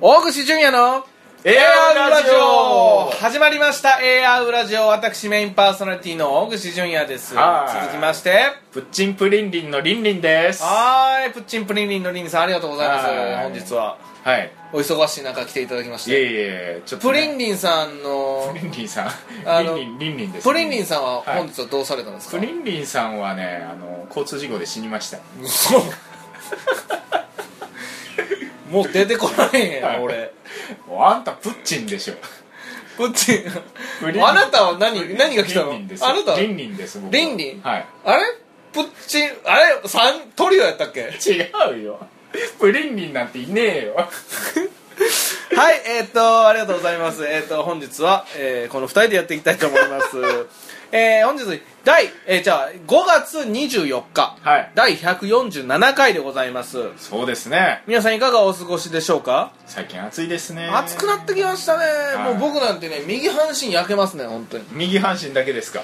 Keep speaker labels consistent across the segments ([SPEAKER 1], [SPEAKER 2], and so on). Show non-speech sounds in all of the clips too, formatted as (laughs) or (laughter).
[SPEAKER 1] 大口純也のエアウラジオ始まりましたエアウラジオ私メインパーソナリティの大口純也です
[SPEAKER 2] はい
[SPEAKER 1] 続きまして
[SPEAKER 2] プッチンプリンリンのリンリンです
[SPEAKER 1] はーいプッチンプリンリンのリンさんありがとうございます
[SPEAKER 2] はい
[SPEAKER 1] 本日はいお忙しい中来ていただきまし
[SPEAKER 2] いえ
[SPEAKER 1] て
[SPEAKER 2] いえちょっと
[SPEAKER 1] プ
[SPEAKER 2] ね、
[SPEAKER 1] リンリンさんの
[SPEAKER 2] プリンリンさん
[SPEAKER 1] あの
[SPEAKER 2] リンリンリンリンです
[SPEAKER 1] プリンリン
[SPEAKER 2] ん
[SPEAKER 1] さんは
[SPEAKER 2] はい
[SPEAKER 1] 本日はどうされたんですか
[SPEAKER 2] プリンリンさんはねあの交通事故で死にました
[SPEAKER 1] 嘘もう出てこないんや
[SPEAKER 2] はい
[SPEAKER 1] 俺
[SPEAKER 2] もうあんたプッチンでしょ
[SPEAKER 1] プッチ
[SPEAKER 2] プリ
[SPEAKER 1] ン
[SPEAKER 2] ン
[SPEAKER 1] あなたは何何が来たのあ
[SPEAKER 2] リンリンです
[SPEAKER 1] なたは
[SPEAKER 2] リンリンです僕は
[SPEAKER 1] リンリン
[SPEAKER 2] はい
[SPEAKER 1] あれプッチンあれ三トリオやったっけ
[SPEAKER 2] 違うよプリンリンなんていねえよ
[SPEAKER 1] はいえーっとありがとうございますえーっと本日は、えーこの2人でやっていきたいと思います (laughs) えー本日第、えーじゃあ5月24日、
[SPEAKER 2] はい
[SPEAKER 1] 第147回でございます
[SPEAKER 2] そうですね
[SPEAKER 1] 皆さんいかがお過ごしでしょうか、
[SPEAKER 2] 最近暑いですね
[SPEAKER 1] 暑くなってきましたね、
[SPEAKER 2] はい
[SPEAKER 1] もう僕なんてね右半身焼けますね本当に
[SPEAKER 2] 右半身だけですか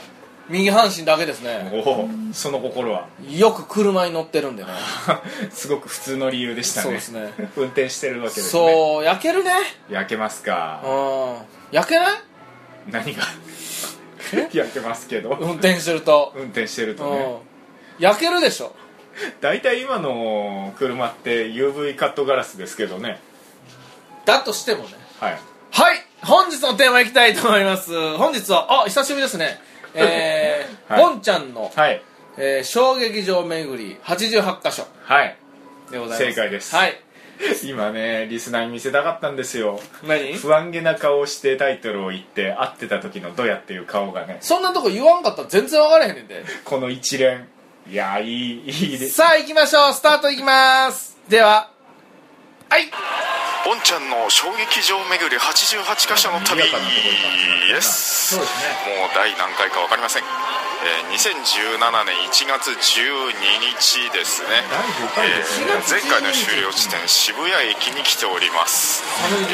[SPEAKER 1] 右半身だけですね
[SPEAKER 2] おおその心は (laughs)
[SPEAKER 1] よく車に乗ってる (laughs) んでね
[SPEAKER 2] すごく普通の理由でしたね
[SPEAKER 1] そうですね
[SPEAKER 2] (laughs) 運転してるわけですね
[SPEAKER 1] そう焼けるね
[SPEAKER 2] 焼けます
[SPEAKER 1] う
[SPEAKER 2] か
[SPEAKER 1] ん焼けない
[SPEAKER 2] 何が焼けますけど
[SPEAKER 1] 運転してると
[SPEAKER 2] 運転してるとね
[SPEAKER 1] うん焼けるでしょ
[SPEAKER 2] 大体今の車って UV カットガラスですけどね
[SPEAKER 1] だとしてもね
[SPEAKER 2] はい
[SPEAKER 1] はい本日のテーマいきたいと思います本日はあ久しぶりですねえー
[SPEAKER 2] (laughs) はい
[SPEAKER 1] ボンちゃんの、
[SPEAKER 2] はい
[SPEAKER 1] えー小劇場巡り88箇所
[SPEAKER 2] はい
[SPEAKER 1] でございます
[SPEAKER 2] 正解です
[SPEAKER 1] はい
[SPEAKER 2] 今ねリスナーに見せたかったんですよ
[SPEAKER 1] 何
[SPEAKER 2] 不安げな顔をしてタイトルを言って会ってた時のドヤっていう顔がね
[SPEAKER 1] そんなとこ言わんかったら全然分からへんねんで
[SPEAKER 2] この一連いやいいいいです
[SPEAKER 1] さあ行きましょうスタートいきますでははい
[SPEAKER 3] ボンちゃんの衝撃場巡り88箇所の旅
[SPEAKER 2] 賑やかなところから始まったな
[SPEAKER 3] Yes
[SPEAKER 2] そうですね
[SPEAKER 3] もう第何回か分かりません、えー2017年1月12日ですね、
[SPEAKER 2] 第5回
[SPEAKER 3] え
[SPEAKER 2] ですね
[SPEAKER 3] ー前回の終了地点渋谷駅に来ております、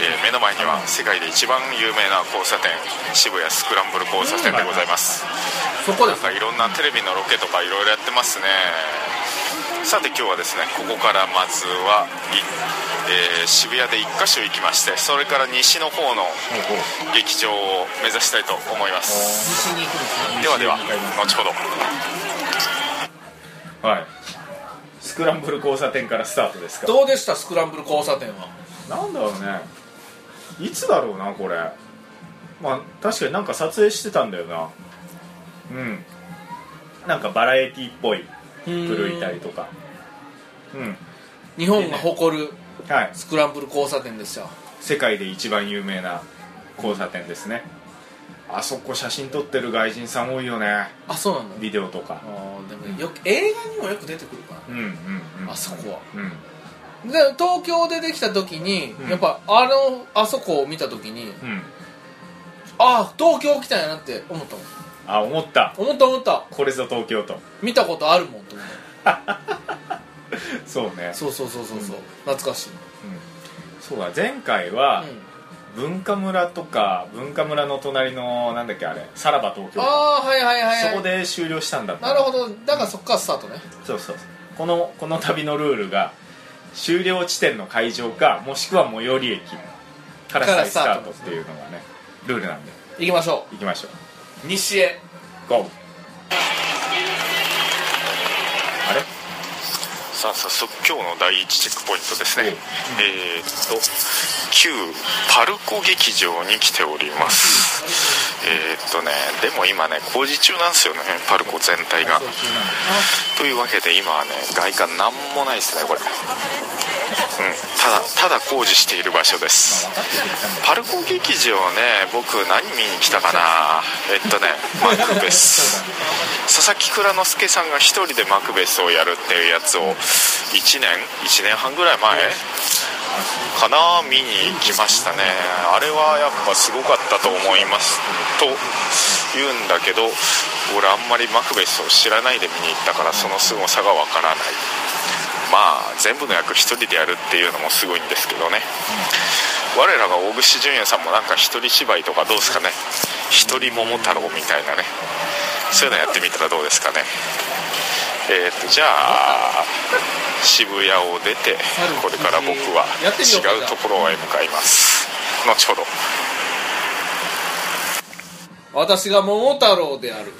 [SPEAKER 3] えー目の前には世界で一番有名な交差点渋谷スクランブル交差点でございます
[SPEAKER 1] そこで
[SPEAKER 3] なん
[SPEAKER 1] す
[SPEAKER 3] かいろんなテレビのロケとかいろいろやってますねさて今日はですねここからまずは、いえー渋谷で1箇所行きましてそれから西の方の
[SPEAKER 2] ほうほう
[SPEAKER 3] 劇場を目指したいと思います
[SPEAKER 1] 西に行くんですね
[SPEAKER 3] ではでは
[SPEAKER 2] 西に向かいます
[SPEAKER 3] 後ほど
[SPEAKER 2] はいスクランブル交差点からスタートですか
[SPEAKER 1] どうでしたスクランブル交差点は
[SPEAKER 2] なんだろうねいつだろうなこれまあ確かになんか撮影してたんだよなうんなんかバラエティっぽい古いたりとかうん
[SPEAKER 1] 日本が誇る
[SPEAKER 2] はい
[SPEAKER 1] スクランブル交差点ですよ
[SPEAKER 2] 世界で一番有名な交差点ですねあそこ写真撮ってる外人さん多いよね
[SPEAKER 1] あそうなの
[SPEAKER 2] ビデオとか
[SPEAKER 1] あーでもよく映画にもよく出てくるか
[SPEAKER 2] うんうんうん
[SPEAKER 1] なあそこは
[SPEAKER 2] うん
[SPEAKER 1] で東京でできた時に、
[SPEAKER 2] うん
[SPEAKER 1] やっぱあのあそこを見た時に
[SPEAKER 2] うん
[SPEAKER 1] ああ東京来たんやなって思ったもん
[SPEAKER 2] あ思った
[SPEAKER 1] 思った思った
[SPEAKER 2] これぞ東京と
[SPEAKER 1] 見たことあるもんと思った
[SPEAKER 2] そうね
[SPEAKER 1] そうそうそうそうそう、懐かしい、
[SPEAKER 2] うんそうだ前回は、
[SPEAKER 1] うん
[SPEAKER 2] 文化村とか文化村の隣のなんだっけあれさらば東京
[SPEAKER 1] ああはいはいはい、はい、
[SPEAKER 2] そこで終了したんだった
[SPEAKER 1] なるほどだからそっからスタートね
[SPEAKER 2] そうそうそうこのこの旅のルールが終了地点の会場かもしくは最寄り駅か
[SPEAKER 1] から
[SPEAKER 2] ら再
[SPEAKER 1] ス
[SPEAKER 2] ス
[SPEAKER 1] タ
[SPEAKER 2] タ
[SPEAKER 1] ー
[SPEAKER 2] ー
[SPEAKER 1] ト
[SPEAKER 2] トっていうのがねルールなんで
[SPEAKER 1] 行きましょ
[SPEAKER 2] 行きましょう
[SPEAKER 1] う西へ
[SPEAKER 2] GO あれ
[SPEAKER 3] さあ早速今日の第一チェックポイントですね、
[SPEAKER 2] うん
[SPEAKER 3] えーっと旧パルコ劇場に来ておりますえーっとねでも今ね工事中なんですよねパルコ全体がというわけで今はね外観なんもないですねこれうんただただ工事している場所ですパルコ劇場ね僕何見に来たかなえっとねマクベス佐々木蔵之介さんが一人でマクベスをやるっていうやつを1年1年半ぐらい前かな見に行きましたねあれはやっぱすごかったと思いますと言うんだけど俺あんまりマクベスを知らないで見に行ったからその凄さがわからないまあ全部の役一人でやるっていうのもすごいんですけどね我らが大串純也さんもなんか一人芝居とかどうですかね一人桃太郎みたいなねそういうのやってみたらどうですかねえー、とじゃあ渋谷を出てこれから僕は
[SPEAKER 1] やってみようか
[SPEAKER 3] 違うところへ向かいます後ほど
[SPEAKER 1] 私が桃太郎である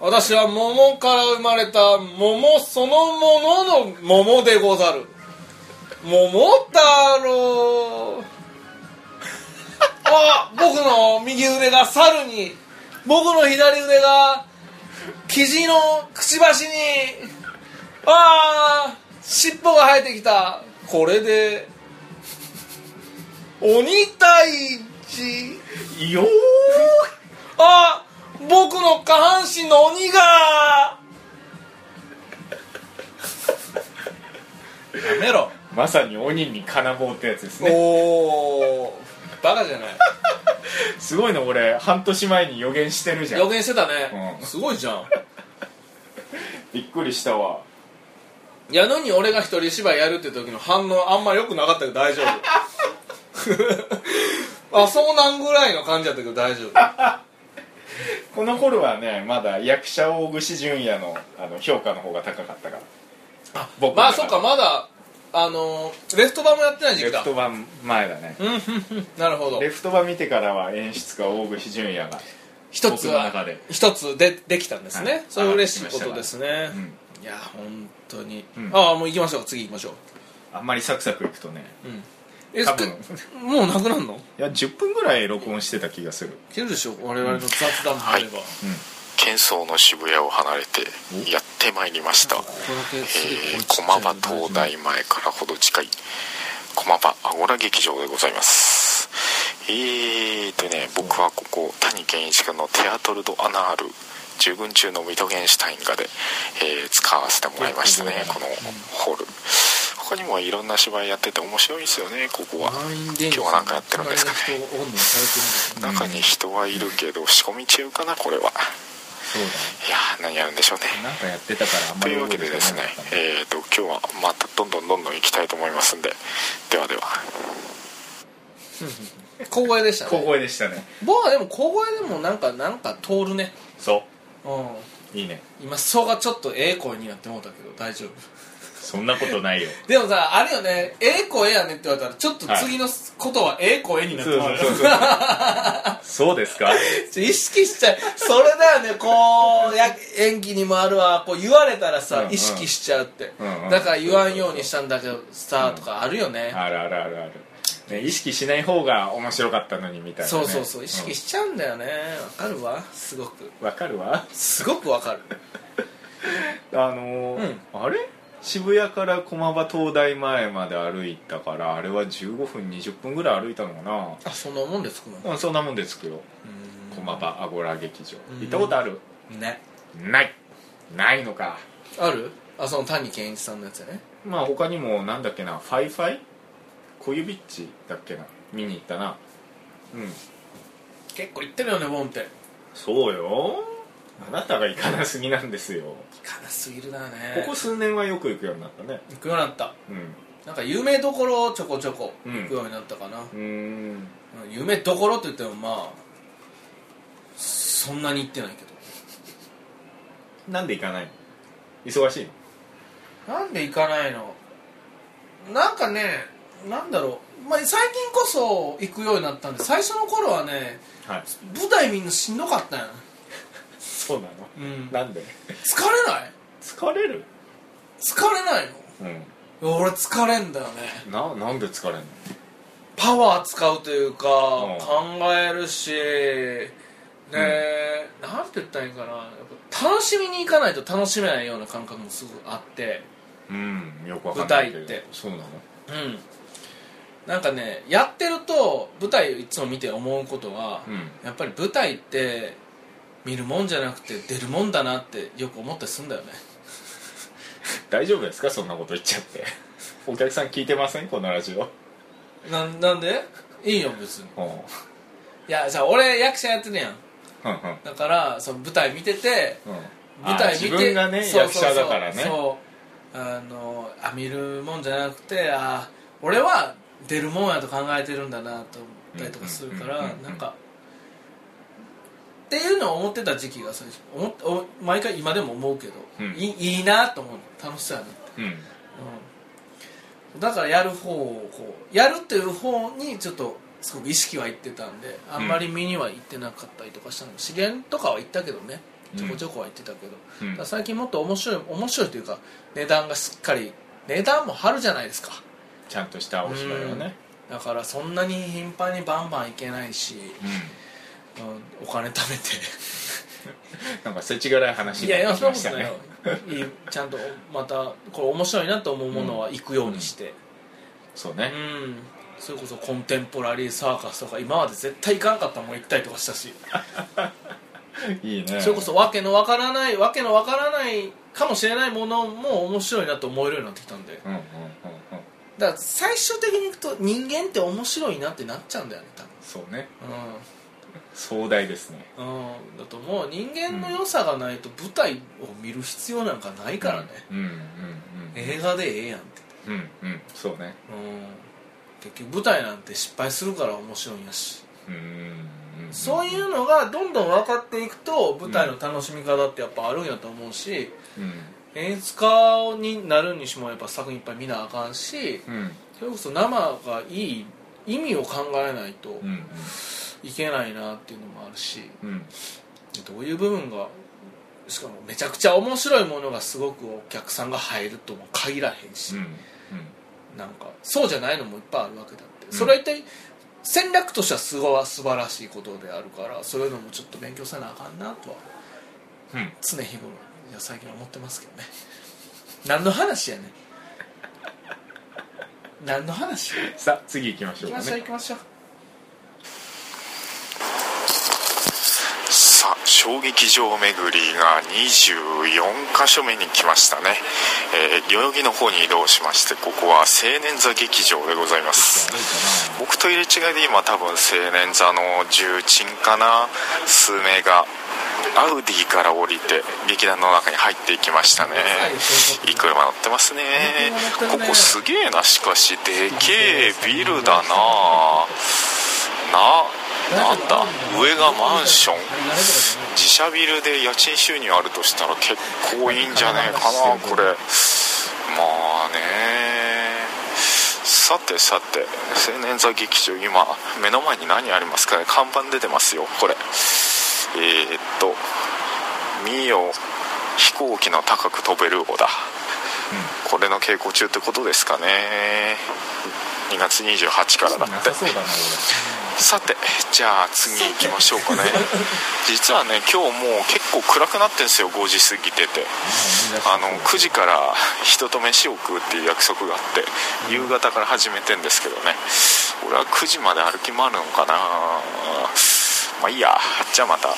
[SPEAKER 1] 私は桃から生まれた桃そのものの桃でござる桃太郎あ僕の右腕が猿に僕の左腕がキジのくちばしにああ尻尾が生えてきたこれで鬼退治
[SPEAKER 2] よー
[SPEAKER 1] あ僕の下半身の鬼がやめろ
[SPEAKER 2] まさに鬼に金棒ってやつですね
[SPEAKER 1] おおバカじゃない
[SPEAKER 2] すごいの俺半年前に予言してるじゃ
[SPEAKER 1] 予
[SPEAKER 2] ん
[SPEAKER 1] 言してたね、
[SPEAKER 2] うん
[SPEAKER 1] すごいじゃん
[SPEAKER 2] びっくりしたわ
[SPEAKER 1] いやのに俺が一人芝居やるって時の反応あんま良くなかったけど大丈夫 (laughs) あそうなんぐらいの感じだったけど大丈夫
[SPEAKER 2] この頃はねまだ役者大串純也のあの評価の方が高かったからあ僕
[SPEAKER 1] まあそっかまだあのーレフト版もやってない時
[SPEAKER 2] レ
[SPEAKER 1] 期だ
[SPEAKER 2] フト版前だね
[SPEAKER 1] うんうんうんなるほど
[SPEAKER 2] レフト版見てからは演出家大串純也が
[SPEAKER 1] 一つ
[SPEAKER 2] 僕の
[SPEAKER 1] は
[SPEAKER 2] 中で
[SPEAKER 1] 一つでできたんですね、
[SPEAKER 2] はい
[SPEAKER 1] それ嬉しいことですね、いや本当に、ああもう行きましょう次行きましょ
[SPEAKER 2] あんまりサクサクいくとね
[SPEAKER 1] うえ
[SPEAKER 2] 多分
[SPEAKER 1] つくもうなくなるの
[SPEAKER 2] いや10分ぐらい録音してた気がする
[SPEAKER 1] いけるでしょ我々の雑談もあれば、こ
[SPEAKER 3] 喧騒の渋谷を離れてやってまいりました
[SPEAKER 1] れだけすげ
[SPEAKER 3] え
[SPEAKER 1] え
[SPEAKER 3] ー駒場東大前からほど近い駒場アゴラ劇場でございますえーとね僕はここ谷健一君の「テアトル・ド・アナール」従軍中のミトゲンシュタインがで、えー使わせてもらいましたねこのホール他にもいろんな芝居やってて面白いんですよねここは
[SPEAKER 1] 満員
[SPEAKER 3] 今
[SPEAKER 1] 電
[SPEAKER 3] 日
[SPEAKER 1] 車
[SPEAKER 3] はなんかやってるんですか
[SPEAKER 1] 隣
[SPEAKER 3] ね
[SPEAKER 1] の人をオンにされてるんだ
[SPEAKER 3] 中に人はいるけど仕込み中かなこれは
[SPEAKER 2] そう
[SPEAKER 3] いやー何やるんでしょうね
[SPEAKER 2] だねなんかやってたからあんま
[SPEAKER 3] と
[SPEAKER 2] り
[SPEAKER 3] いうわけでですね、えー、と今日はまたどんどんどんどん行きたいと思いますんでではでは
[SPEAKER 1] 小声でした
[SPEAKER 2] 小
[SPEAKER 1] ね
[SPEAKER 2] 声でしたね
[SPEAKER 1] 僕はでも小声でもなんかなんか通るね
[SPEAKER 2] そ
[SPEAKER 1] うん
[SPEAKER 2] ういいね
[SPEAKER 1] 今そうがちょっとええ声になってもうたけど大丈夫
[SPEAKER 2] そんなことないよ
[SPEAKER 1] でもさあれよねええ声やねって言われたらちょっと次のことはええ声になってもらう
[SPEAKER 2] そうそうそうそうですか
[SPEAKER 1] ちょ意識しちゃうそれだよねこうや演技にもあるわこう言われたらさ、
[SPEAKER 2] うんうん
[SPEAKER 1] 意識しちゃうって、
[SPEAKER 2] うんうん
[SPEAKER 1] だから言わんようにしたんだけどさ、とかあるよね、
[SPEAKER 2] あるあるあるある、ね、意識しない方が面白かったのにみたいな、ね、
[SPEAKER 1] そうそうそう意識
[SPEAKER 2] し、
[SPEAKER 1] しちゃうんだよねわかるわすごく
[SPEAKER 2] わかるわ
[SPEAKER 1] すごくわかる
[SPEAKER 2] あのーあれ渋谷から駒場東大前まで歩いたからあれは15分20分ぐらい歩いたのか
[SPEAKER 1] あそんなもんでつくの
[SPEAKER 2] なうんそんなもんで着くよ駒場アゴラ劇場
[SPEAKER 1] ん
[SPEAKER 2] 行ったことある
[SPEAKER 1] ね
[SPEAKER 2] ないないのか
[SPEAKER 1] あるあその谷健一さんのやつやね
[SPEAKER 2] まあ他にもなんだっけなファイファイ小指っちだっけな見に行ったなうん
[SPEAKER 1] 結構行ってるよねボンって
[SPEAKER 2] そうよあなたが行かなすぎなんですよ
[SPEAKER 1] 行かなすぎるだね
[SPEAKER 2] ここ数年はよく行くようになったね
[SPEAKER 1] 行くようになった
[SPEAKER 2] うん
[SPEAKER 1] なんか有名どころをちょこちょこ
[SPEAKER 2] うん
[SPEAKER 1] 行くようになったかな、
[SPEAKER 2] うーん
[SPEAKER 1] うん有名どころって言ってもまあそんなに行ってないけど
[SPEAKER 2] なんで行かないの忙しいの
[SPEAKER 1] なんで行かないのなんかねなんだろう、まあ、最近こそ行くようになったんで最初の頃はね
[SPEAKER 2] はい
[SPEAKER 1] 舞台みんなしんどかったんや、
[SPEAKER 2] そうなの
[SPEAKER 1] うん、疲れ
[SPEAKER 2] なんで
[SPEAKER 1] ない
[SPEAKER 2] 疲れる
[SPEAKER 1] 疲れない
[SPEAKER 2] うん
[SPEAKER 1] の俺疲れんだよね
[SPEAKER 2] ななんで疲れんの
[SPEAKER 1] パワー使うというか、
[SPEAKER 2] ん
[SPEAKER 1] 考えるしねえ、なんて言ったらいいんかなやっぱ楽しみに行かないと楽しめないような感覚もすぐあって
[SPEAKER 2] うんよくわかんないけど
[SPEAKER 1] 舞台って
[SPEAKER 2] そうなの
[SPEAKER 1] うんなんかねやってると舞台をいつも見て思うことは、
[SPEAKER 2] うん
[SPEAKER 1] やっぱり舞台って見るもんじゃなくて出るもんだなってよく思ったりするんだよね
[SPEAKER 2] 大丈夫ですかそんなこと言っちゃってお客さん聞いてませんこのラジオ
[SPEAKER 1] ななんでいいよ別に
[SPEAKER 2] うんうん
[SPEAKER 1] いやじゃあ俺役者やってるやん
[SPEAKER 2] うん
[SPEAKER 1] だからその舞台見てて
[SPEAKER 2] うん
[SPEAKER 1] 舞台見
[SPEAKER 2] あ
[SPEAKER 1] て
[SPEAKER 2] 自分がね
[SPEAKER 1] そう
[SPEAKER 2] 役
[SPEAKER 1] そうそう
[SPEAKER 2] 者だからね
[SPEAKER 1] そうあのあ見るもんじゃなくてあ俺は出るもんやと考えてるんだなと思ったりとかするか
[SPEAKER 2] うんうん
[SPEAKER 1] ら
[SPEAKER 2] うんうん
[SPEAKER 1] なんかっていうのを思ってた時期が最初思っお毎回今でも思うけど、
[SPEAKER 2] うん
[SPEAKER 1] い (laughs) いいなと思う楽しそうやなって、
[SPEAKER 2] うん
[SPEAKER 1] うん、だからやる方をこうやるっていう方にちょっとすごく意識はいってたんであんまり身にはいってなかったりとかしたの、資源とかは行ったけどねちょこちょこは行ってたけど、
[SPEAKER 2] うん
[SPEAKER 1] だから最近もっと面白い面白いというか値段がしっかり値段も張るじゃないですか
[SPEAKER 2] ちゃんとしたお芝居をね
[SPEAKER 1] だからそんなに頻繁にバンバン行けないし、うん、お金貯め
[SPEAKER 2] (laughs)
[SPEAKER 1] て
[SPEAKER 2] うんなんか世知辛い話
[SPEAKER 1] い
[SPEAKER 2] に
[SPEAKER 1] やい
[SPEAKER 2] なっ
[SPEAKER 1] や
[SPEAKER 2] てき
[SPEAKER 1] そん
[SPEAKER 2] ま
[SPEAKER 1] なこ
[SPEAKER 2] し
[SPEAKER 1] と
[SPEAKER 2] た
[SPEAKER 1] ない
[SPEAKER 2] ね
[SPEAKER 1] よいいちゃんとまたこれ面白いなと思うものは行くようにして
[SPEAKER 2] そう
[SPEAKER 1] う
[SPEAKER 2] ね
[SPEAKER 1] ん、それこそコンテンポラリーサーカスとか今まで絶対行かなかったもん行ったりとかしたし、
[SPEAKER 2] いいね
[SPEAKER 1] それこそわけのわからないわけのわからないかもしれないものも面白いなと思えるようになってきたんで
[SPEAKER 2] うんうんうんうん
[SPEAKER 1] だから最終的にいくと人間って面白いなってなっちゃうんだよね多
[SPEAKER 2] そうね
[SPEAKER 1] 分うん
[SPEAKER 2] 壮大ですね
[SPEAKER 1] うん、だともう人間の良さがないと舞台を見る必要なんかないからね、
[SPEAKER 2] うんうん
[SPEAKER 1] 映画でええやんって、
[SPEAKER 2] うんうんうんそうね
[SPEAKER 1] うん、結局舞台なんて失敗するから面白いんやし、
[SPEAKER 2] うんうんうん
[SPEAKER 1] そういうのがどんどん分かっていくと舞台の楽しみ方ってやっぱあるんやと思うし、
[SPEAKER 2] うん
[SPEAKER 1] 演出家になるにしてもやっぱ作品いっぱい見なあかんし
[SPEAKER 2] うん
[SPEAKER 1] それこそ生がいい意味を考えないと
[SPEAKER 2] うん
[SPEAKER 1] いけないなっていうのもあるし、
[SPEAKER 2] うんうん
[SPEAKER 1] どういう部分がしかもめちゃくちゃ面白いものがすごくお客さんが入るとも限らへんし、なんかそうじゃないのもいっぱいあるわけだって、それは一体戦略としてはすごい素晴らしいことであるからそういうのもちょっと勉強せなあかんなとは
[SPEAKER 2] うんうん
[SPEAKER 1] 常日頃いや最近は思ってますけどね何の話やねん何の話行
[SPEAKER 2] さあ次行きましょう
[SPEAKER 1] き
[SPEAKER 2] か
[SPEAKER 1] ましょう
[SPEAKER 2] ね
[SPEAKER 1] 行きましょう
[SPEAKER 3] さあ衝撃場巡りが24箇所目に来ましたね、えー代々木の方に移動しましてここは青年座劇場でございます僕と入れ違いで今多分青年座の重鎮かな数名がアウディから降りて劇団の中に入っていきましたねいい車乗ってますねここすげえなしかしでけえビルだなななんだ上がマンション自社ビルで家賃収入あるとしたら結構いいんじゃねえかなこれまあねさてさて青年座劇場今目の前に何ありますかね看板出てますよこれえー、っと「ミオ飛行機の高く飛べるをだ」これの稽古中ってことですかね2月28日からだ
[SPEAKER 2] な
[SPEAKER 3] って
[SPEAKER 2] さそうだな
[SPEAKER 3] さてじゃあ次行きましょうかね実はね今日もう結構暗くなってんですよ5時過ぎててあの9時から人と飯を食うっていう約束があって夕方から始めてんですけどね俺は9時まで歩き回るのかなまあいいやじゃあまた
[SPEAKER 1] 青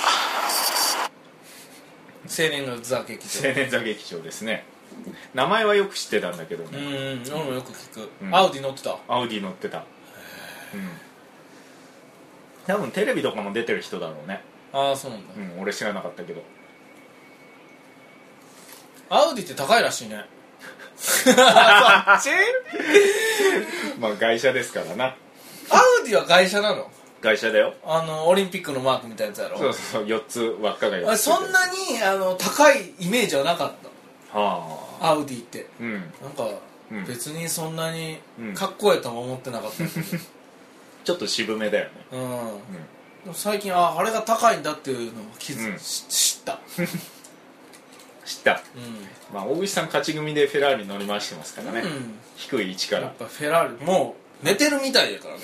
[SPEAKER 1] 年の座劇場 (laughs)
[SPEAKER 2] 俺青年座劇場ですね名前はよく知ってたんだけど
[SPEAKER 1] う
[SPEAKER 2] ね
[SPEAKER 1] ん俺もよく聞く、
[SPEAKER 2] うん
[SPEAKER 1] アウディ乗ってた
[SPEAKER 2] アウディ乗ってたうん多分テレビとかも出てる人だろうね
[SPEAKER 1] ああそうなんだ、
[SPEAKER 2] うん俺知らなかったけど
[SPEAKER 1] アウディって高いらしいねそっち
[SPEAKER 2] まあ外車ですからな
[SPEAKER 1] (laughs) アウディは外車なの
[SPEAKER 2] 外車だよ
[SPEAKER 1] あのオリンピックのマークみたいなやつやろ
[SPEAKER 2] そうそうそう4つ輪っかが4
[SPEAKER 1] あ
[SPEAKER 2] つ
[SPEAKER 1] そんなにあの高いイメージはなかっ
[SPEAKER 2] はあ
[SPEAKER 1] たアウディって
[SPEAKER 2] うん
[SPEAKER 1] なんか、
[SPEAKER 2] うん
[SPEAKER 1] 別にそんなに
[SPEAKER 2] うん
[SPEAKER 1] かっこええとも思ってなかった
[SPEAKER 2] ちょっと渋めだよね
[SPEAKER 1] うん、でも最近ああれが高いんだっていうのを気づ、
[SPEAKER 2] うん
[SPEAKER 1] し知った、
[SPEAKER 2] 知った
[SPEAKER 1] う
[SPEAKER 2] まあ大口さん勝ち組でフェラーリ乗り回してますからね、
[SPEAKER 1] ん
[SPEAKER 2] 低い位置
[SPEAKER 1] う
[SPEAKER 2] か
[SPEAKER 1] ん、や
[SPEAKER 2] ら
[SPEAKER 1] っぱフェラーリもう寝てるみたいやからね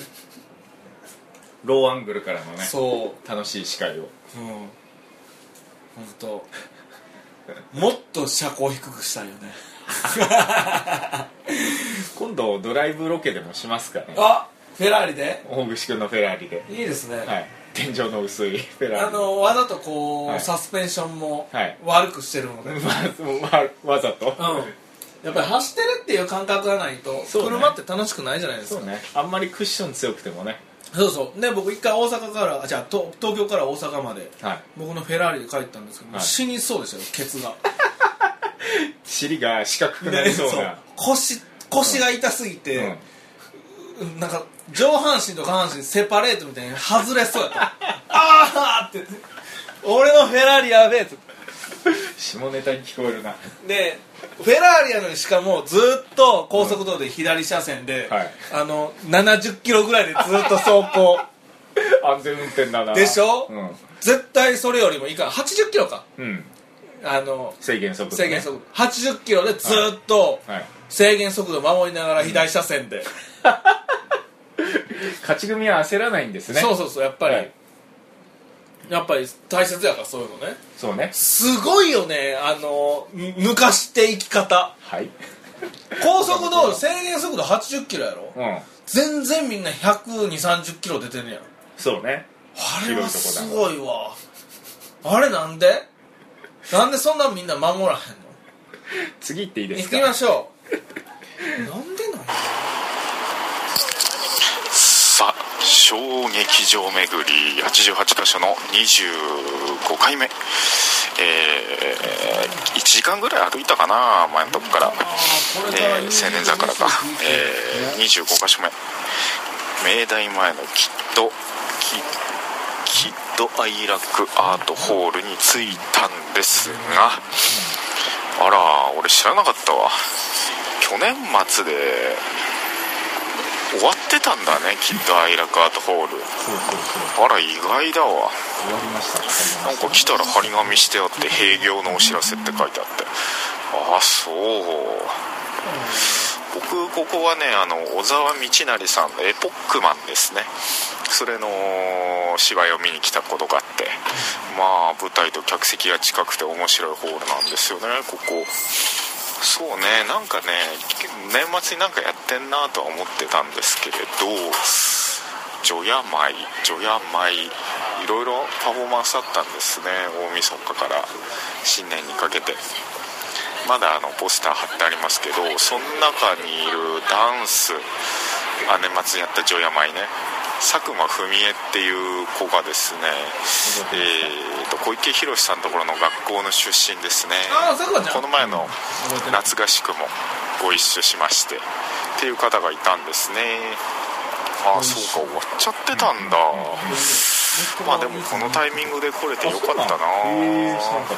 [SPEAKER 2] ローアングルからのね
[SPEAKER 1] そう
[SPEAKER 2] 楽しい視界
[SPEAKER 1] うん
[SPEAKER 2] を
[SPEAKER 1] 本当。もっと車高低くしたいよね
[SPEAKER 2] (laughs) 今度ドライブロケでもしますかね
[SPEAKER 1] あフェラーリで
[SPEAKER 2] 大串君のフェラーリで、
[SPEAKER 1] いいですね、
[SPEAKER 2] はい、天井の薄いフェラーリ
[SPEAKER 1] あのわざとこう、
[SPEAKER 2] はい
[SPEAKER 1] サスペンションも
[SPEAKER 2] はい
[SPEAKER 1] 悪くしてるので、うん
[SPEAKER 2] わわ (laughs) わざと、
[SPEAKER 1] やっぱり走ってるっていう感覚がないと、
[SPEAKER 2] そうね
[SPEAKER 1] 車って楽しくないじゃないですか
[SPEAKER 2] そうねあんまりクッション強くてもね
[SPEAKER 1] そうそうね僕一回大阪からあじゃあ東東京から大阪まで
[SPEAKER 2] はい
[SPEAKER 1] 僕のフェラーリで帰ったんですけど、もう
[SPEAKER 2] はい
[SPEAKER 1] 死にそうでしたよケツが
[SPEAKER 2] 尻が四角くなり (laughs) そうな、
[SPEAKER 1] そう腰腰が痛すぎて、
[SPEAKER 2] うん
[SPEAKER 1] なんか
[SPEAKER 2] (laughs)
[SPEAKER 1] 上半身と下半身セパレートみたいに外れそうやったああって (laughs) 俺のフェラーリやべえと
[SPEAKER 2] 下ネタに聞こえるな (laughs)
[SPEAKER 1] でフェラーリやのにしかもずっと高速道路で左車線で、
[SPEAKER 2] はい
[SPEAKER 1] あの70キロぐらいでずっと走
[SPEAKER 2] (laughs)
[SPEAKER 1] 行
[SPEAKER 2] 安全運転だな
[SPEAKER 1] でしょ
[SPEAKER 2] う
[SPEAKER 1] 絶対それよりもいいから80キロか
[SPEAKER 2] ん、うん、
[SPEAKER 1] あの
[SPEAKER 2] 制限速度、ね、
[SPEAKER 1] 制限速度80キロでずっと
[SPEAKER 2] はい
[SPEAKER 1] 制限速度守りながら左車線で、
[SPEAKER 2] 勝ち組は焦らないんですね
[SPEAKER 1] そうそうそうやっぱり、
[SPEAKER 2] はい
[SPEAKER 1] やっぱり大切やからそういうのね
[SPEAKER 2] そうね
[SPEAKER 1] すごいよねあの抜かしていき方
[SPEAKER 2] はい
[SPEAKER 1] 高速道路制限速度80キロやろ、
[SPEAKER 2] うん
[SPEAKER 1] 全然みんな12030キロ出てんねやろ
[SPEAKER 2] そうね
[SPEAKER 1] あれはすごいわあれなんでなんでそんなみんな守らへんの
[SPEAKER 2] 次行っていいです
[SPEAKER 1] 行
[SPEAKER 2] か
[SPEAKER 1] きましょうなんでなんや
[SPEAKER 3] さあ小劇場巡り88カ所の25回目えー、1時間ぐらい歩いたかな前のとこから、えー青年座からか、えー、25カ所目明大前のキッドキキッドアイラックアートホールに着いたんですがあら俺知らなかったわ去年末で終わってたんだねキッドアイラックアートホール
[SPEAKER 2] そうそうそう
[SPEAKER 3] あら意外だわ
[SPEAKER 2] 終わりました終わ
[SPEAKER 3] なん
[SPEAKER 2] りました
[SPEAKER 3] か来たら張り紙してあって閉業のお知らせって書いてあってああそう僕ここはねあの小沢道成さんの「エポックマン」ですねそれの芝居を見に来たことがあってまあ舞台と客席が近くて面白いホールなんですよねここそうねなんかね年末になんかやってんなとは思ってたんですけれど除夜舞除夜舞いろいろパフォーマンスあったんですね大晦日から新年にかけてまだあのポスター貼ってありますけどその中にいるダンスあ年末にやった除夜舞ね佐久間文江っていう子がですね、えー、と小池宏さんのところの学校の出身ですね
[SPEAKER 1] ああ佐久間ちゃ
[SPEAKER 3] こ
[SPEAKER 1] ん
[SPEAKER 3] の前の
[SPEAKER 1] 覚えてる
[SPEAKER 3] 夏合宿もご一緒しましてっていう方がいたんですねああそうか終わっちゃってたんだまあでもこのタイミングで来れてよかったな
[SPEAKER 2] へえ知らなかっ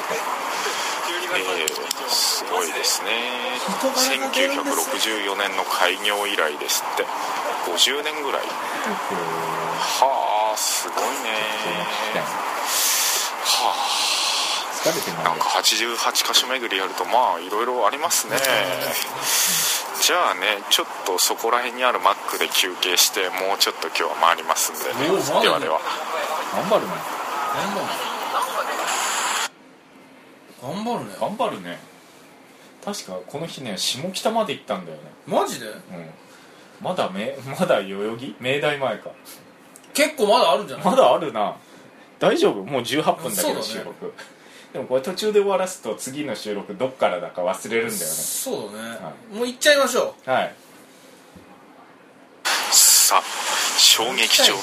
[SPEAKER 3] えーすごいですね
[SPEAKER 1] 人柄が出るんです
[SPEAKER 3] 1964年の開業以来ですって50年ぐらい
[SPEAKER 2] たへえ
[SPEAKER 3] はあすごいね
[SPEAKER 2] そ
[SPEAKER 3] は
[SPEAKER 2] の期間疲れて
[SPEAKER 3] あ
[SPEAKER 2] な
[SPEAKER 3] ないんか88箇所巡りやるとまあいろいろありますねじゃあねちょっとそこら辺にあるマックで休憩してもうちょっと今日は回りますんでね
[SPEAKER 1] おう回る
[SPEAKER 3] ではでは
[SPEAKER 2] 頑張るね
[SPEAKER 1] 頑張るね
[SPEAKER 2] 頑張るね確かこの日ね下北まで行ったんだよね
[SPEAKER 1] マジで
[SPEAKER 2] うんまだめまだ代々木明大前か
[SPEAKER 1] 結構まだあるんじゃない
[SPEAKER 2] まだあるな大丈夫もう18分だけ
[SPEAKER 1] そうだ
[SPEAKER 2] ど
[SPEAKER 1] ね
[SPEAKER 2] 収録、でもこれ途中で終わらすと次の収録どっからだか忘れるんだよね
[SPEAKER 1] そうだね、
[SPEAKER 2] は
[SPEAKER 1] もう行っちゃいましょ
[SPEAKER 2] はい
[SPEAKER 3] さあ衝撃場巡りも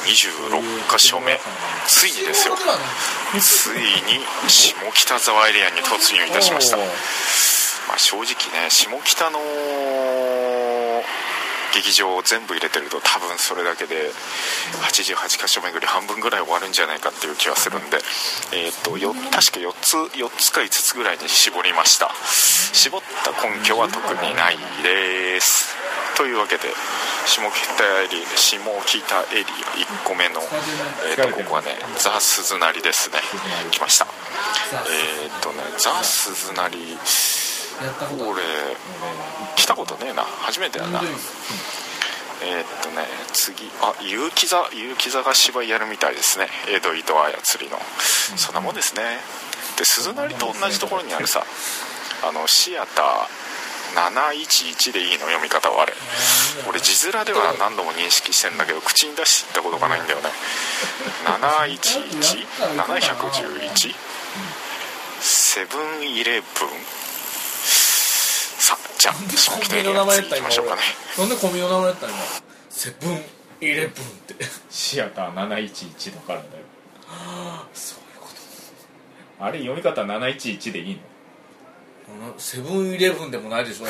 [SPEAKER 3] 26箇所目ついに
[SPEAKER 1] う
[SPEAKER 3] です
[SPEAKER 1] そうい
[SPEAKER 3] よ
[SPEAKER 1] うことなの
[SPEAKER 3] ついに下北沢エリアに突入いたしました、
[SPEAKER 2] お
[SPEAKER 3] ま
[SPEAKER 2] ー
[SPEAKER 3] あ、正直ね下北の劇場を全部入れてると多分それだけで88箇所巡り半分ぐらい終わるんじゃないかっていう気はするんで、えー、とよ確か4つ4つか5つぐらいに絞りました絞った根拠は特にないですというわけで下北エリア下北エリア1個目の、えー、とここはねザ・鈴なりですね来ました
[SPEAKER 1] さ
[SPEAKER 3] えーっとねザ・鈴なり
[SPEAKER 1] あやったことある
[SPEAKER 3] 俺来たことねえな初めてや
[SPEAKER 1] 本
[SPEAKER 3] な
[SPEAKER 1] 当に
[SPEAKER 3] えーっとね次あ結城座結城座が芝居やるみたいですね江戸糸操りのそんなもんですねで鈴なりと同じところにあるさあのシアター711でいいの読み方はあれ俺字面では何度も認識してんだけど口に出して言ったことがないんだよね711711セブンイレブンさあじゃあ
[SPEAKER 1] コ
[SPEAKER 3] 下
[SPEAKER 1] ン
[SPEAKER 3] 北
[SPEAKER 1] ビ
[SPEAKER 3] エ
[SPEAKER 1] ニの
[SPEAKER 3] リ
[SPEAKER 1] 名
[SPEAKER 3] ア
[SPEAKER 1] 前や
[SPEAKER 3] 次
[SPEAKER 1] った
[SPEAKER 3] 行き
[SPEAKER 1] 今
[SPEAKER 3] ましょうかね
[SPEAKER 1] 俺なんでコンビニの名前やった今セブンイレブンって
[SPEAKER 2] シアター711だからだよ
[SPEAKER 1] そういうこ
[SPEAKER 2] あれ読み方711でいいの
[SPEAKER 1] とセブンイレブンでもないでしょ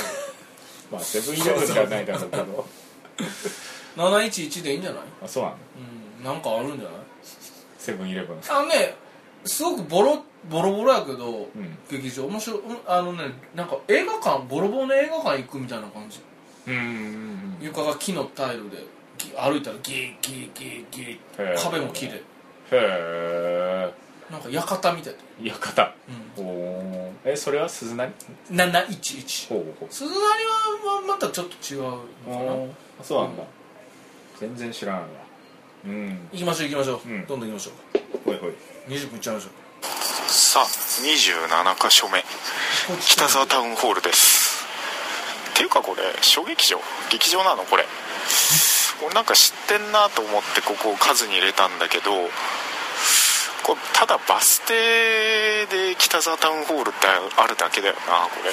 [SPEAKER 2] まあセブンイレブンではないだろうけど
[SPEAKER 1] 711でいいんじゃない
[SPEAKER 2] あそうなの
[SPEAKER 1] うんなんかあるんじゃない
[SPEAKER 2] セブンイレブン
[SPEAKER 1] あのねすごくボロボロボロやけど、
[SPEAKER 2] うん
[SPEAKER 1] 劇場面白いうんあのねなんか映画館ボロボロの映画館行くみたいな感じ
[SPEAKER 2] うんうん
[SPEAKER 1] 床が木のタイルでぎ歩いたらギーギーギーギ
[SPEAKER 2] へ
[SPEAKER 1] ー
[SPEAKER 2] ー
[SPEAKER 1] 壁も木で
[SPEAKER 2] へえ
[SPEAKER 1] なんか館みたいな
[SPEAKER 2] 館おおえそれは鈴なり
[SPEAKER 1] 711
[SPEAKER 2] ほうほう
[SPEAKER 1] 鈴なりはままたちょっと違うの
[SPEAKER 2] あ
[SPEAKER 1] かな
[SPEAKER 2] ーそうなんだ、全然知らないわうん
[SPEAKER 1] 行きましょう行きましょう、
[SPEAKER 2] うん
[SPEAKER 1] どんどん行きましょ
[SPEAKER 2] ほいほいう
[SPEAKER 1] 20分いっちゃいましょう
[SPEAKER 3] さあ27箇所目
[SPEAKER 1] こっち
[SPEAKER 3] 北沢タウンホールですっていうかこれ小劇場劇場なのこれ俺なんか知ってんなと思ってここを数に入れたんだけどこれただバス停で北沢タウンホールってあるだけだよなこれ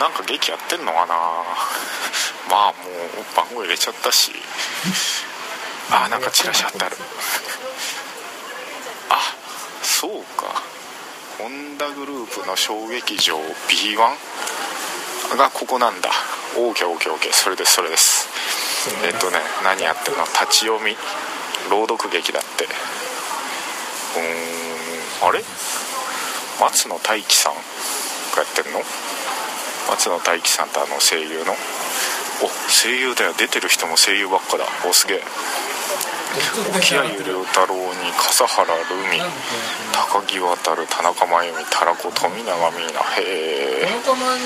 [SPEAKER 3] なんか劇やってんのかなまあもう番号入れちゃったしあなんかチラシあったるあそうかホンダグループの小劇場 B1 がここなんだ OKOKOK それですそれですえっとね何やってるの立ち読み朗読劇だってうーんあれ松野大樹さんがやってるの松野大樹さんってあの声優のお声優だよ出てる人も声優ばっかだおすげえ木
[SPEAKER 1] 気
[SPEAKER 3] 谷良太郎に笠原留美
[SPEAKER 1] なんでこうやって
[SPEAKER 3] 高木渡る田中真由美田良子富永美奈へえ
[SPEAKER 1] んの田中真由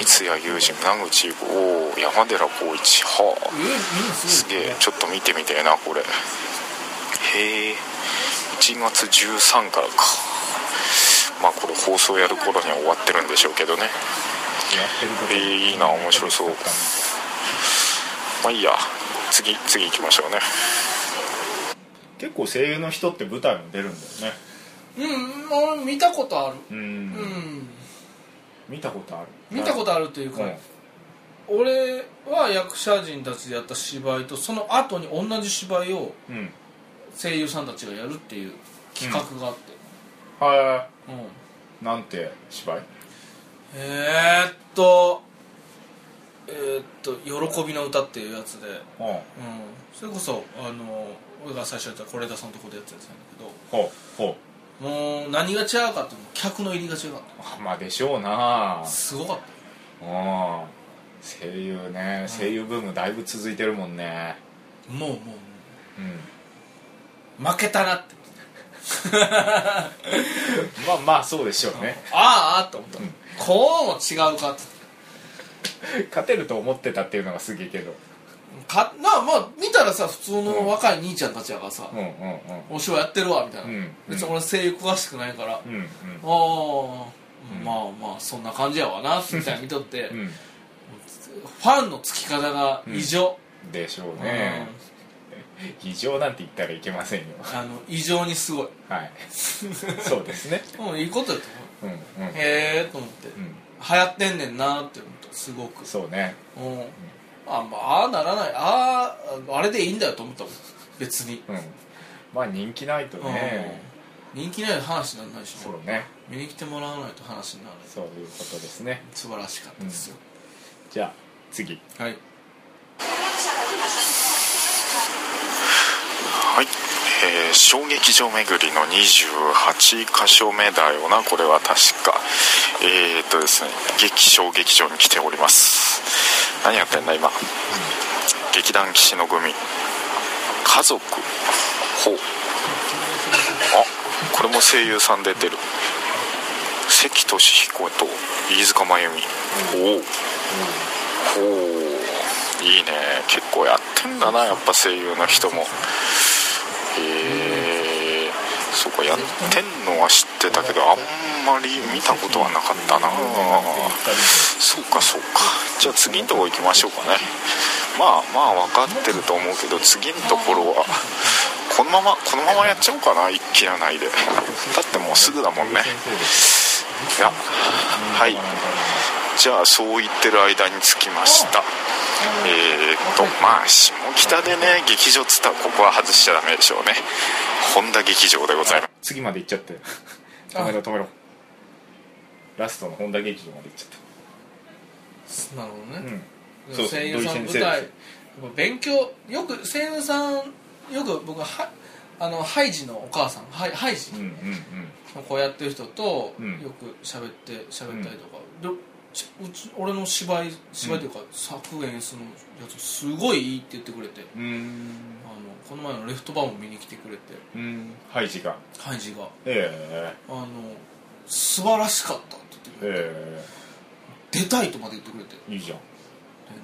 [SPEAKER 1] 美って
[SPEAKER 3] 三谷裕二野口優吾山寺宏一はあ
[SPEAKER 1] えみんなす
[SPEAKER 3] す
[SPEAKER 1] ごい
[SPEAKER 3] げえちょっと見てみてえなこれへえ1月13からかまあこれ放送やる頃には終わってるんでしょうけどね
[SPEAKER 2] やってること
[SPEAKER 3] えーいいな面白そうまあいいや次次行きましょうね
[SPEAKER 2] 結構声優の人って舞台も出るんだよね
[SPEAKER 1] うん俺見たことある
[SPEAKER 2] うん、
[SPEAKER 1] うん
[SPEAKER 2] 見たことある
[SPEAKER 1] 見たことあるという
[SPEAKER 2] と
[SPEAKER 1] か、
[SPEAKER 2] うん、
[SPEAKER 1] 俺は役者人たちでやった芝居とその後に同じ芝居を
[SPEAKER 2] うん、
[SPEAKER 1] 声優さんたちがやるっていう企画があって、
[SPEAKER 2] は
[SPEAKER 1] うん
[SPEAKER 2] いなんて芝居
[SPEAKER 1] えー、っとえーっと「喜びの歌」っていうやつで、うん、
[SPEAKER 2] うんほ
[SPEAKER 1] それこそあの俺が最初やった是枝さんのとこでやってたやつなんだけ
[SPEAKER 2] うほう
[SPEAKER 1] どもう何が違うかってもう客の入りが違う
[SPEAKER 2] あまあでしょうな
[SPEAKER 1] すごかった
[SPEAKER 2] うん声優ね声優ブームだいぶ続いてるもんね
[SPEAKER 1] もうもうも
[SPEAKER 2] うん
[SPEAKER 1] う負けたなって
[SPEAKER 2] (laughs) まあまあそうでしょうね
[SPEAKER 1] ああああと思った、こうも違うかって
[SPEAKER 2] (laughs) 勝てると思ってたっていうのがすげえけど
[SPEAKER 1] かなあまあ見たらさ普通の若い兄ちゃんたちやからさ
[SPEAKER 2] うんうんう
[SPEAKER 1] 「
[SPEAKER 2] ん
[SPEAKER 1] お芝居やってるわ」みたいな、
[SPEAKER 2] うん
[SPEAKER 1] 別に俺声優詳しくないから「あ
[SPEAKER 2] うん
[SPEAKER 1] あ、まあまあそんな感じやわな」みたいな見とって、
[SPEAKER 2] (laughs) う
[SPEAKER 1] フ
[SPEAKER 2] ん
[SPEAKER 1] ァンのつき方が異常、
[SPEAKER 2] うんでしょう
[SPEAKER 1] うん
[SPEAKER 2] ね異常なんて言ったらいけませんよ
[SPEAKER 1] あの異常にすごい
[SPEAKER 2] はい (laughs) そうですね
[SPEAKER 1] もういいことだと思う
[SPEAKER 2] うんう
[SPEAKER 1] へ
[SPEAKER 2] ん
[SPEAKER 1] えと思って、
[SPEAKER 2] う
[SPEAKER 1] 流
[SPEAKER 2] ん
[SPEAKER 1] 行ってんねんなって思ったすごく
[SPEAKER 2] そうね
[SPEAKER 1] うんあまあああならないあああれでいいんだよと思ったもん別に、
[SPEAKER 2] うんまあ人気ないとね
[SPEAKER 1] うん人気ない話にならないしね
[SPEAKER 2] そうね
[SPEAKER 1] 見に来てもらわないと話にならない
[SPEAKER 2] そういうことですね
[SPEAKER 1] 素晴らしかったですよ、
[SPEAKER 2] じゃあ次
[SPEAKER 1] はい
[SPEAKER 3] はい、えー、小劇場巡りの28箇所目だよなこれは確かえー、っとですね劇小劇場に来ております何やってんだ今劇団岸の組家族ほうあこれも声優さん出てる関俊彦と飯塚真由美おおほういいね結構やってんだなやっぱ声優の人もへえそうかやってんのは知ってたけどあんまり見たことはなかったなそうかそうかじゃあ次のとこ行きましょうかねまあまあ分かってると思うけど次のところはこのままこのままやっちゃおうかな一気やないでだってもうすぐだもんね
[SPEAKER 2] 先生です
[SPEAKER 3] いやはいじゃあそう言ってる間に着きましたえーっとまあ下北でね劇場っつったらここは外しちゃダメでしょうね本田劇場でございます
[SPEAKER 2] 次まで行っちゃって止めろ止めろラストの本田劇場まで行っちゃっ
[SPEAKER 1] なるほど
[SPEAKER 2] た
[SPEAKER 1] ね、
[SPEAKER 2] うんそう
[SPEAKER 1] 声優さん
[SPEAKER 2] 土井
[SPEAKER 1] 舞
[SPEAKER 2] 先生
[SPEAKER 1] 台やっぱ勉強よく声優さんよく僕はあのハイジのお母さんハイハイジ
[SPEAKER 2] うんうん
[SPEAKER 1] の子やってる人と
[SPEAKER 2] うん
[SPEAKER 1] よく喋って喋ったりとか、でしうち俺の芝居芝居というか、作演出のやつすごいいいって言ってくれて
[SPEAKER 2] うんうん
[SPEAKER 1] あのこの前のレフトバーも見に来てくれて
[SPEAKER 2] うんハイジが
[SPEAKER 1] ハイジが
[SPEAKER 2] え
[SPEAKER 1] 「あの素晴らしかった」って言って
[SPEAKER 2] え
[SPEAKER 1] くれて「
[SPEAKER 2] え
[SPEAKER 1] 出たい」とまで言ってくれてで
[SPEAKER 2] えいいじゃん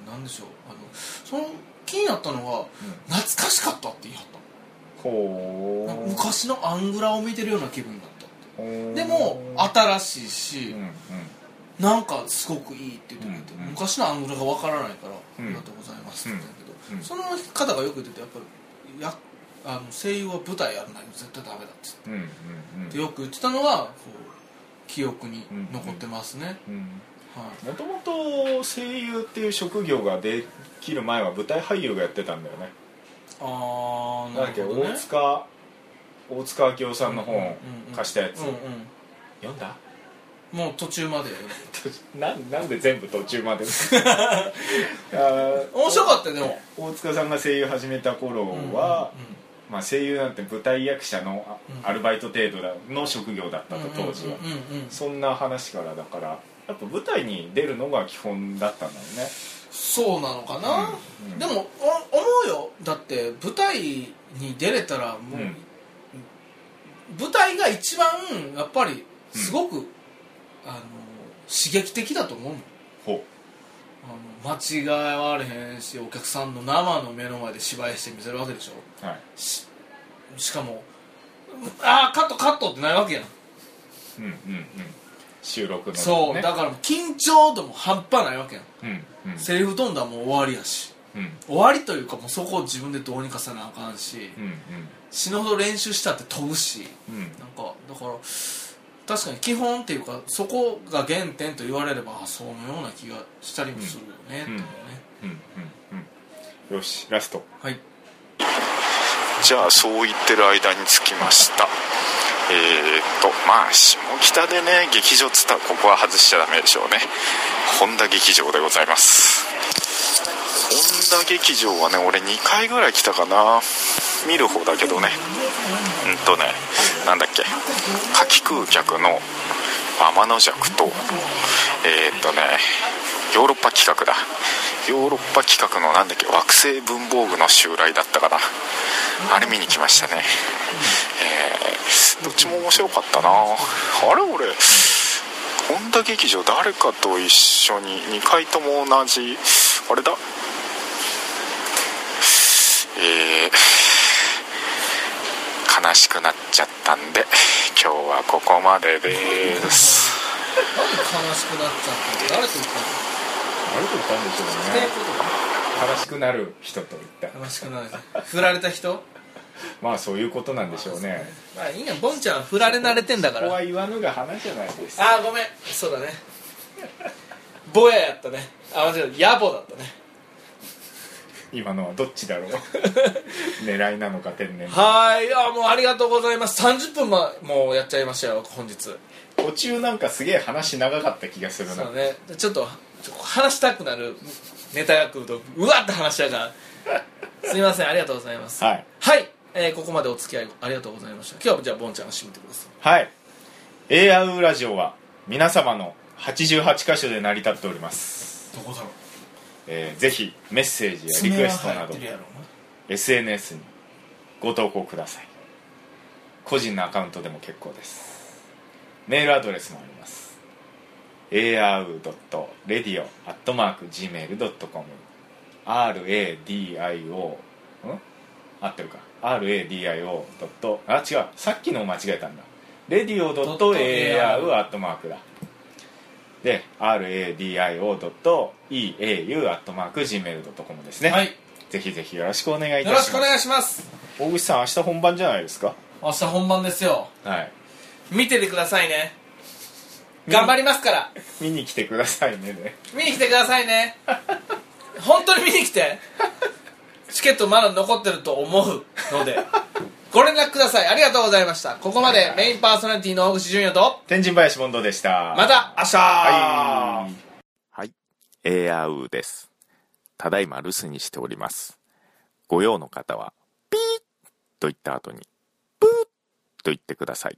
[SPEAKER 1] なんでしょうあのその気になったのが「懐かしかった」って言い張った
[SPEAKER 2] ほ
[SPEAKER 1] なんか
[SPEAKER 2] う
[SPEAKER 1] 昔のアングラを見てるような気分になったって
[SPEAKER 2] ほう
[SPEAKER 1] でも新しいし、
[SPEAKER 2] うんうん
[SPEAKER 1] なんかすごくいいって言ってくれて、
[SPEAKER 2] うんうん
[SPEAKER 1] 昔のアングルがわからないから、
[SPEAKER 2] うん
[SPEAKER 1] ありがとうございますって言ったけど、
[SPEAKER 2] うんうん
[SPEAKER 1] その方がよく言っててやっぱりやあの声優は舞台やらないと絶対ダメだって
[SPEAKER 2] うんうんうん
[SPEAKER 1] よく言ってたのはこう記憶に残ってますね、
[SPEAKER 2] うん
[SPEAKER 1] はい
[SPEAKER 2] もともと声優っていう職業ができる前は舞台俳優がやってたんだよね
[SPEAKER 1] ああな
[SPEAKER 2] な
[SPEAKER 1] ん
[SPEAKER 2] だっけ
[SPEAKER 1] るほどね
[SPEAKER 2] 大塚大塚明夫さんの本貸したやつ
[SPEAKER 1] うんうん
[SPEAKER 2] 読んだ
[SPEAKER 1] もう途中まで
[SPEAKER 2] なんなんで全部途中まであー
[SPEAKER 1] 面白かったよでも
[SPEAKER 2] 大塚さんが声優始めた頃は、まあ、声優なんて舞台役者のあ
[SPEAKER 1] うん
[SPEAKER 2] アルバイト程度だの職業だった
[SPEAKER 1] うんうん
[SPEAKER 2] と当時は
[SPEAKER 1] うんうんうんうん
[SPEAKER 2] そんな話からだからやっぱ舞台に出るのが基本だったんだよね
[SPEAKER 1] そうなのかな、
[SPEAKER 2] うんうん
[SPEAKER 1] でもお思うよだって舞台に出れたらもう、
[SPEAKER 2] うん
[SPEAKER 1] 舞台が一番やっぱりすごく、あの刺激的だと思うもん
[SPEAKER 2] ほ
[SPEAKER 1] あの間違われへんしお客さんの生の目の前で芝居して見せるわけでしょ
[SPEAKER 2] うはい
[SPEAKER 1] ししかも「ああカットカット」ってないわけやん、
[SPEAKER 2] うんうんうん収録の、ね、
[SPEAKER 1] そうだからもう緊張度も半端ないわけやん、
[SPEAKER 2] うんうん
[SPEAKER 1] セリフ飛んだらもう終わりやし
[SPEAKER 2] うん
[SPEAKER 1] 終わりというかもうそこを自分でどうにかせなあかんし、
[SPEAKER 2] うん
[SPEAKER 1] 死ぬほど練習したって飛ぶし
[SPEAKER 2] うんうん
[SPEAKER 1] なんかだから確かに基本っていうかそこが原点と言われればあそうのような気がしたりもするよね、
[SPEAKER 2] うん
[SPEAKER 1] と思うね
[SPEAKER 2] うんうんよしラスト
[SPEAKER 1] はい
[SPEAKER 3] じゃあそう言ってる間に着きましたえー、っとまあ下北でね劇場っつったらここは外しちゃダメでしょうね本田劇場でございます本田劇場はね俺2回ぐらい来たかな見る方だけどねうんとねなんだっけ夏季空客の天の尺とえー、っとねヨーロッパ企画だヨーロッパ企画のなんだっけ惑星文房具の襲来だったかなあれ見に来ましたね、えーどっちも面白かったなあれ俺本田劇場誰かと一緒に2回とも同じあれだえー悲しくなっちゃったんで今日はここまでです
[SPEAKER 1] なんで悲しくなっちゃったの誰と言った
[SPEAKER 2] あれと言ったんでしょう
[SPEAKER 1] の
[SPEAKER 2] ね
[SPEAKER 1] ってことか
[SPEAKER 2] 悲しくなる人と言った
[SPEAKER 1] 悲しくなる振られた人
[SPEAKER 2] まあそういうことなんでしょうね
[SPEAKER 1] まあいいやボンちゃんは振られ慣れてんだか
[SPEAKER 2] ここ
[SPEAKER 1] らあ
[SPEAKER 2] は言わぬが花じゃないです
[SPEAKER 1] あーごめんそうだねボヤやったねあ間違えた野暮だったね
[SPEAKER 2] 今のはどっちだろう (laughs) 狙いなのか天然
[SPEAKER 1] はいあもうありがとうございます30分ももうやっちゃいましたよ本日
[SPEAKER 2] 途中なんかすげえ話長かった気がするな
[SPEAKER 1] そうねちょっとちょっと話したくなるネタが来るとうわって話やからすいませんありがとうございます
[SPEAKER 2] はい、
[SPEAKER 1] はいえーここまでお付き合いありがとうございました今日はじゃあボンちゃんが締めてください
[SPEAKER 2] はい AR ラジオは皆様の88箇所で成り立っております、
[SPEAKER 1] どこだろう
[SPEAKER 2] えーぜひメッセージやリクエストなど SNS にご投稿ください個人のアカウントでも結構ですメールアドレスもあります ar.radio.gmail.com radio ん合ってるか radio. あ違うさっきのを間違えたんだ radio.ar だで radio.eau.gmail.com ですね、
[SPEAKER 1] はい
[SPEAKER 2] ぜひぜひよろしくお願いい
[SPEAKER 1] よ
[SPEAKER 2] た
[SPEAKER 1] ろし
[SPEAKER 2] します
[SPEAKER 1] くお願いします
[SPEAKER 2] 大口さん明日本番じゃないですか
[SPEAKER 1] 明日本番ですよ
[SPEAKER 2] はい
[SPEAKER 1] 見ててくださいね頑張りますから
[SPEAKER 2] 見に来てくださいねね
[SPEAKER 1] 見に来てくださいね本当に見に来てチケットまだ残ってると思うのでご連絡くださいありがとうございましたここまでメインパーソナリティの大口純也と
[SPEAKER 2] 天神林ボンドでした
[SPEAKER 1] また明日、
[SPEAKER 2] はい
[SPEAKER 3] はい、ARU です。ただいま留守にしております。ご用の方は、ピーッと言った後に、と言ってください